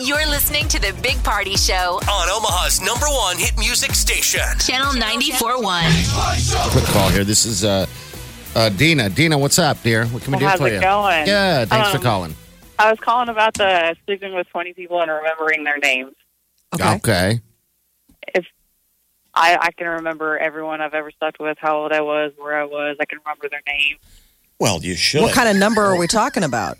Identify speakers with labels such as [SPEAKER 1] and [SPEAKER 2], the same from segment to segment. [SPEAKER 1] You're listening to the Big Party Show,
[SPEAKER 2] on Omaha's number one hit music station.
[SPEAKER 1] Channel 94.1.
[SPEAKER 3] quick call here. This is uh, uh, Dina. Dina, what's up, dear? What can we
[SPEAKER 4] Well,
[SPEAKER 3] do
[SPEAKER 4] how's
[SPEAKER 3] for
[SPEAKER 4] it
[SPEAKER 3] you?
[SPEAKER 4] going?
[SPEAKER 3] Yeah, thanks for
[SPEAKER 4] Um,
[SPEAKER 3] calling.
[SPEAKER 4] I was calling about the sleeping with 20 people and remembering their names.
[SPEAKER 3] Okay.
[SPEAKER 4] I, I can remember everyone I've ever slept with, how old I was, where I was. I can remember their name.
[SPEAKER 5] Well, you should.
[SPEAKER 6] What kind of number are we talking about?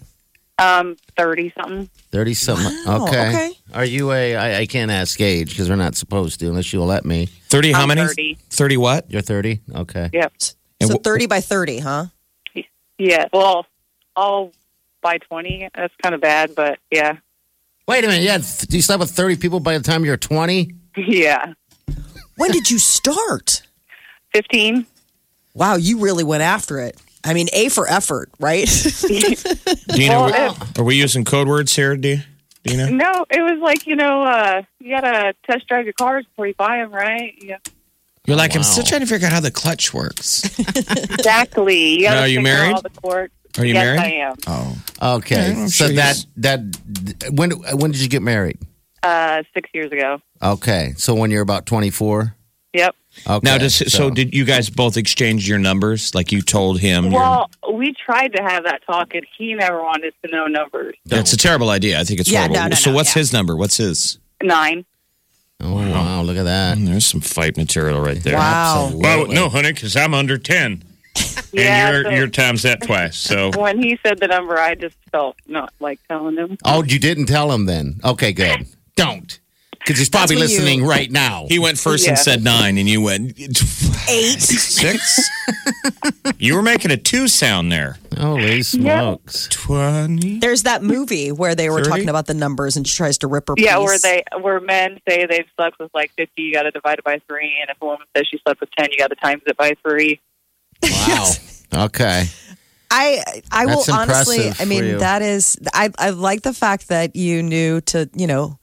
[SPEAKER 4] Um, 30 something.
[SPEAKER 3] 30 something.
[SPEAKER 6] Wow,
[SPEAKER 3] okay.
[SPEAKER 6] okay.
[SPEAKER 3] Are you a, I, I can't ask age because we're not supposed to unless you'll let me.
[SPEAKER 5] 30 how
[SPEAKER 4] I'm
[SPEAKER 5] many?
[SPEAKER 4] 30.
[SPEAKER 5] 30 what?
[SPEAKER 3] You're 30? Okay.
[SPEAKER 4] Yep.
[SPEAKER 5] And
[SPEAKER 6] so
[SPEAKER 5] wh-
[SPEAKER 6] 30 by 30, huh?
[SPEAKER 4] Yeah. Well, all by 20. That's kind of bad, but yeah.
[SPEAKER 3] Wait a minute. Yeah. Th- you slept with 30 people by the time you're 20?
[SPEAKER 4] Yeah.
[SPEAKER 6] When did you start?
[SPEAKER 4] 15.
[SPEAKER 6] Wow, you really went after it. I mean, A for effort, right?
[SPEAKER 5] Dina,
[SPEAKER 4] Well,
[SPEAKER 5] we- are we using code words here, D- Dina?
[SPEAKER 4] No, it was like, you know, uh, you got to test drive your cars before you buy them, right? Yeah.
[SPEAKER 5] You're like,
[SPEAKER 3] Wow.
[SPEAKER 5] I'm still trying to figure out how the clutch works.
[SPEAKER 4] Exactly. You gotta
[SPEAKER 5] Now, are you
[SPEAKER 4] figure out
[SPEAKER 5] married?
[SPEAKER 4] All the courts.
[SPEAKER 5] Are you
[SPEAKER 4] yes,
[SPEAKER 5] married?
[SPEAKER 4] I am.
[SPEAKER 5] Oh.
[SPEAKER 3] Okay.
[SPEAKER 5] Yeah, I'm
[SPEAKER 3] so
[SPEAKER 5] sure you
[SPEAKER 3] that,
[SPEAKER 5] s-
[SPEAKER 3] that, when, when did you get married?
[SPEAKER 4] Uh, six years ago.
[SPEAKER 3] Okay. So when you're about 24?
[SPEAKER 4] Yep.
[SPEAKER 3] Okay.
[SPEAKER 5] Now, does, so, did you guys both exchange your numbers? Like you told him? your-
[SPEAKER 4] Well, we tried to have that talk, and he never wanted us to know numbers.
[SPEAKER 5] that's a terrible idea. I think it's
[SPEAKER 6] Yeah,
[SPEAKER 5] horrible.
[SPEAKER 6] no, no,
[SPEAKER 5] so
[SPEAKER 6] no,
[SPEAKER 5] what's
[SPEAKER 6] yeah.
[SPEAKER 5] his number? What's his?
[SPEAKER 4] Nine.
[SPEAKER 3] Oh, wow. Look at that.
[SPEAKER 5] Mm, There's some fight material right there.
[SPEAKER 6] wow.
[SPEAKER 7] Well, no, honey, because I'm under 10.
[SPEAKER 4] yeah.
[SPEAKER 7] and
[SPEAKER 4] so
[SPEAKER 7] you're, you're times that twice. So
[SPEAKER 4] when he said the number, I just felt not like telling him.
[SPEAKER 3] Oh, you didn't tell him then. Okay, good. Don't. Because he's probably
[SPEAKER 6] That's when
[SPEAKER 3] listening
[SPEAKER 6] you-
[SPEAKER 3] right now.
[SPEAKER 5] He went first and
[SPEAKER 4] Yeah.
[SPEAKER 5] said nine, and you went
[SPEAKER 6] Eight.
[SPEAKER 5] six?
[SPEAKER 7] you were making a two sound there.
[SPEAKER 3] Holy smokes.
[SPEAKER 5] 20?
[SPEAKER 6] There's that movie where they were
[SPEAKER 5] 30?
[SPEAKER 6] talking about the numbers and she tries to rip her
[SPEAKER 4] Yeah,
[SPEAKER 6] piece.
[SPEAKER 4] where they where men say they've slept with like fifty, you got to divide it by three, and if a woman says she slept with ten, you got to times it by three.
[SPEAKER 3] Wow. okay.
[SPEAKER 6] I I
[SPEAKER 3] That's
[SPEAKER 6] will honestly
[SPEAKER 3] impressive
[SPEAKER 6] I
[SPEAKER 3] for you.
[SPEAKER 6] mean that is I I like the fact that you knew to, you know,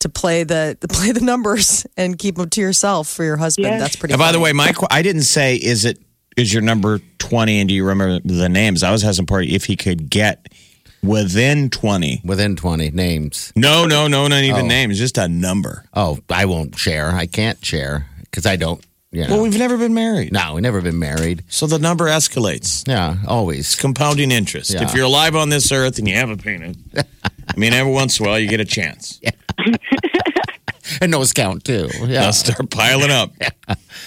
[SPEAKER 6] to play the to play the numbers and keep them to yourself for your husband.
[SPEAKER 4] Yeah.
[SPEAKER 6] That's pretty
[SPEAKER 5] Now, by the
[SPEAKER 6] funny.
[SPEAKER 5] way, my qu- I didn't say is it is your number twenty, and do you remember the names? I was asking party if he could get within twenty.
[SPEAKER 3] Within 20 names.
[SPEAKER 5] No, no, no, not even names, just a number.
[SPEAKER 3] Oh, I won't share. I can't share because I don't, you know.
[SPEAKER 5] Well, we've never been married,
[SPEAKER 3] no, we never been married.
[SPEAKER 5] so the number escalates.
[SPEAKER 3] Yeah, always.
[SPEAKER 5] Compounding interest.
[SPEAKER 3] Yeah.
[SPEAKER 5] If you're alive on this earth and you have a penis, I mean, every once in a while you get a chance.
[SPEAKER 3] And those count too. Yeah.
[SPEAKER 5] They'll start piling up.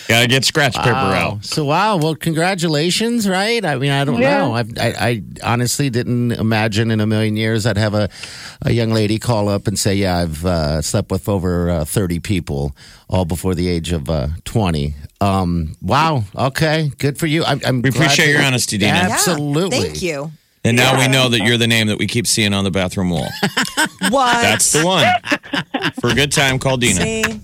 [SPEAKER 5] Gotta get scratch paper
[SPEAKER 3] Wow.
[SPEAKER 5] out.
[SPEAKER 3] So wow. Well, congratulations, right? I mean, I don't
[SPEAKER 4] Yeah.
[SPEAKER 3] know. I've, I I honestly didn't imagine in a million years I'd have a a young lady call up and say, "Yeah, I've uh, slept with over uh, thirty people, all before the age of uh, twenty. Um, wow. Okay. Good for you. I'm. I'm
[SPEAKER 5] We
[SPEAKER 3] glad
[SPEAKER 5] appreciate
[SPEAKER 3] to-
[SPEAKER 5] your honesty, Dina.
[SPEAKER 6] Yeah,
[SPEAKER 3] Absolutely.
[SPEAKER 6] Thank you.
[SPEAKER 5] And now we know that you're the name that we keep seeing on the bathroom wall.
[SPEAKER 6] What?
[SPEAKER 5] That's the one. For a good time, call Dina.
[SPEAKER 6] See?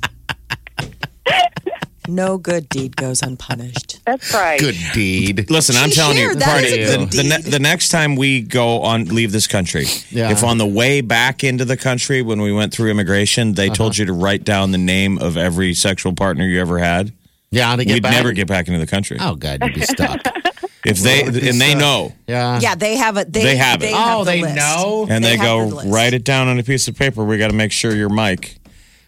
[SPEAKER 6] no good deed goes unpunished.
[SPEAKER 4] That's right.
[SPEAKER 3] Good deed.
[SPEAKER 5] Listen, I'm
[SPEAKER 6] She
[SPEAKER 5] telling you,
[SPEAKER 6] shared. That
[SPEAKER 5] party.
[SPEAKER 6] is a
[SPEAKER 5] The,
[SPEAKER 6] good
[SPEAKER 5] the, ne-
[SPEAKER 6] deed.
[SPEAKER 5] the next time we go on, leave this country.
[SPEAKER 3] Yeah.
[SPEAKER 5] If on the way back into the country when we went through immigration, they told
[SPEAKER 3] Uh-huh.
[SPEAKER 5] you to write down the name of every sexual partner you ever had,
[SPEAKER 3] Yeah. To get
[SPEAKER 5] we'd
[SPEAKER 3] back.
[SPEAKER 5] never get back into the country.
[SPEAKER 3] Oh uh, God, you'd be stuck.
[SPEAKER 5] if they
[SPEAKER 3] We'd be
[SPEAKER 5] and they
[SPEAKER 3] stuck.
[SPEAKER 5] know,
[SPEAKER 3] Yeah.
[SPEAKER 6] Yeah, they have a they,
[SPEAKER 5] They have it.
[SPEAKER 3] Oh,
[SPEAKER 6] the
[SPEAKER 3] they
[SPEAKER 6] list.
[SPEAKER 3] know?
[SPEAKER 5] and they,
[SPEAKER 6] have
[SPEAKER 5] go
[SPEAKER 6] the list.
[SPEAKER 5] write it down on a piece of paper. We got to make sure you're Mike.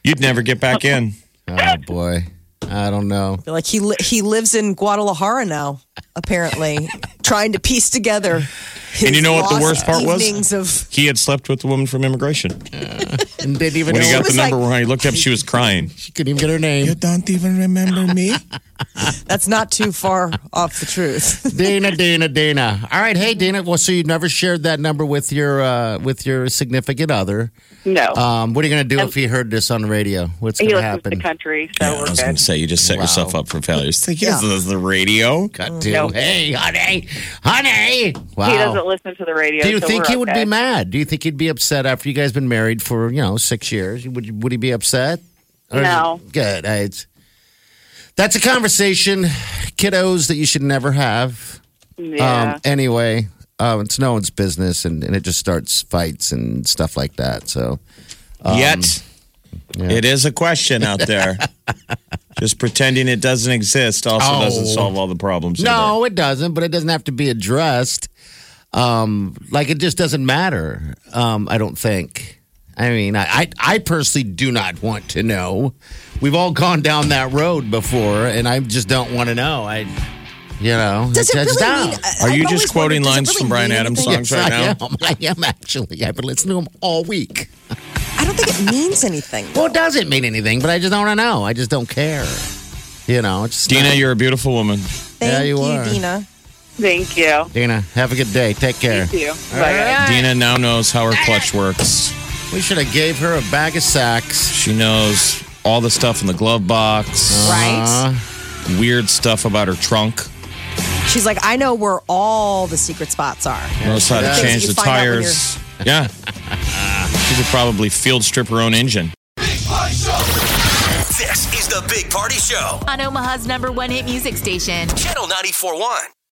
[SPEAKER 5] You'd never get back in.
[SPEAKER 3] Oh boy. I don't know.
[SPEAKER 6] Like he li- he lives in Guadalajara now, apparently, trying to piece together. His
[SPEAKER 5] And you know what the
[SPEAKER 6] lost
[SPEAKER 5] worst part was?
[SPEAKER 6] evenings Of,
[SPEAKER 5] He had slept with the woman from immigration.
[SPEAKER 3] And didn't even
[SPEAKER 5] When
[SPEAKER 3] know
[SPEAKER 5] he got
[SPEAKER 6] was
[SPEAKER 5] the number
[SPEAKER 6] like-
[SPEAKER 5] wrong, he looked up. She was crying.
[SPEAKER 3] she couldn't even get her name.
[SPEAKER 5] don't even remember me.
[SPEAKER 6] That's not too far off the truth.
[SPEAKER 3] Dana, Dana, Dana. All right, hey Dana. Well, so you never shared that number with your uh, with your significant other.
[SPEAKER 4] No.
[SPEAKER 3] Um, what are you going to do if he heard this on the radio? What's
[SPEAKER 4] he
[SPEAKER 3] going to
[SPEAKER 4] listens to
[SPEAKER 3] happen?
[SPEAKER 4] country, so
[SPEAKER 5] I
[SPEAKER 4] we're
[SPEAKER 5] was going
[SPEAKER 4] good.
[SPEAKER 5] to say, you just set yourself up for failure. It's like,
[SPEAKER 6] Yeah.
[SPEAKER 5] this is the radio.
[SPEAKER 3] God, dude.
[SPEAKER 4] Mm. No.
[SPEAKER 3] Hey, honey, honey. Wow.
[SPEAKER 4] He doesn't listen to the radio.
[SPEAKER 3] Do you
[SPEAKER 4] so
[SPEAKER 3] think
[SPEAKER 4] we're
[SPEAKER 3] he would
[SPEAKER 4] okay.
[SPEAKER 3] be mad? Do you think he'd be upset after you guys been married for you know six years? Would would he be upset? is
[SPEAKER 4] No.
[SPEAKER 3] it- Good. I, it's, that's a conversation, kiddos, that you should never have.
[SPEAKER 4] Yeah.
[SPEAKER 3] Um, anyway, um, it's no one's business, and, and it just starts fights and stuff like that. So
[SPEAKER 5] Yet, it is a question out there. just pretending it doesn't exist also
[SPEAKER 3] Oh.
[SPEAKER 5] doesn't solve all the problems. either.
[SPEAKER 3] no, it doesn't, but it doesn't have to be addressed. Um, like it just doesn't matter. Um, I don't think. I mean, I, I I personally do not want to know. We've all gone down that road before, and I just don't want to know. I, you know,
[SPEAKER 6] Does it
[SPEAKER 3] it's
[SPEAKER 6] really
[SPEAKER 3] down.
[SPEAKER 6] mean? uh, I-
[SPEAKER 5] Are
[SPEAKER 6] I've
[SPEAKER 5] you
[SPEAKER 6] always
[SPEAKER 5] just quoting
[SPEAKER 6] wondered,
[SPEAKER 5] lines
[SPEAKER 6] does it
[SPEAKER 5] from
[SPEAKER 6] really
[SPEAKER 5] Brian
[SPEAKER 6] mean
[SPEAKER 5] Adams'
[SPEAKER 6] anything?
[SPEAKER 5] songs right
[SPEAKER 3] I
[SPEAKER 5] now?
[SPEAKER 3] am. I am actually. I've been listening to them all week.
[SPEAKER 6] I don't think it means anything.
[SPEAKER 3] Well, it doesn't mean anything, but I just don't want to know. I just don't care. You know, it's just
[SPEAKER 5] Dina,
[SPEAKER 3] not-
[SPEAKER 5] you're a beautiful woman.
[SPEAKER 6] Thank
[SPEAKER 3] Yeah, you are.
[SPEAKER 6] Dina.
[SPEAKER 4] Thank you.
[SPEAKER 3] Dana, have a good day. Take care.
[SPEAKER 4] Thank you. Bye. guys.
[SPEAKER 3] All right.
[SPEAKER 5] Dina now knows how her clutch works.
[SPEAKER 3] We should have gave her a bag of sacks.
[SPEAKER 5] She knows all the stuff in the glove box,
[SPEAKER 6] Right?
[SPEAKER 5] weird stuff about her trunk,
[SPEAKER 6] She's like, I know where all the secret spots are.
[SPEAKER 5] knows how to
[SPEAKER 3] does.
[SPEAKER 5] change
[SPEAKER 6] You
[SPEAKER 5] the
[SPEAKER 6] find out when
[SPEAKER 5] tires. Yeah. She could probably field strip her own engine.
[SPEAKER 2] This is the Big Party Show,
[SPEAKER 1] On Omaha's number one hit music station.
[SPEAKER 2] Channel 941.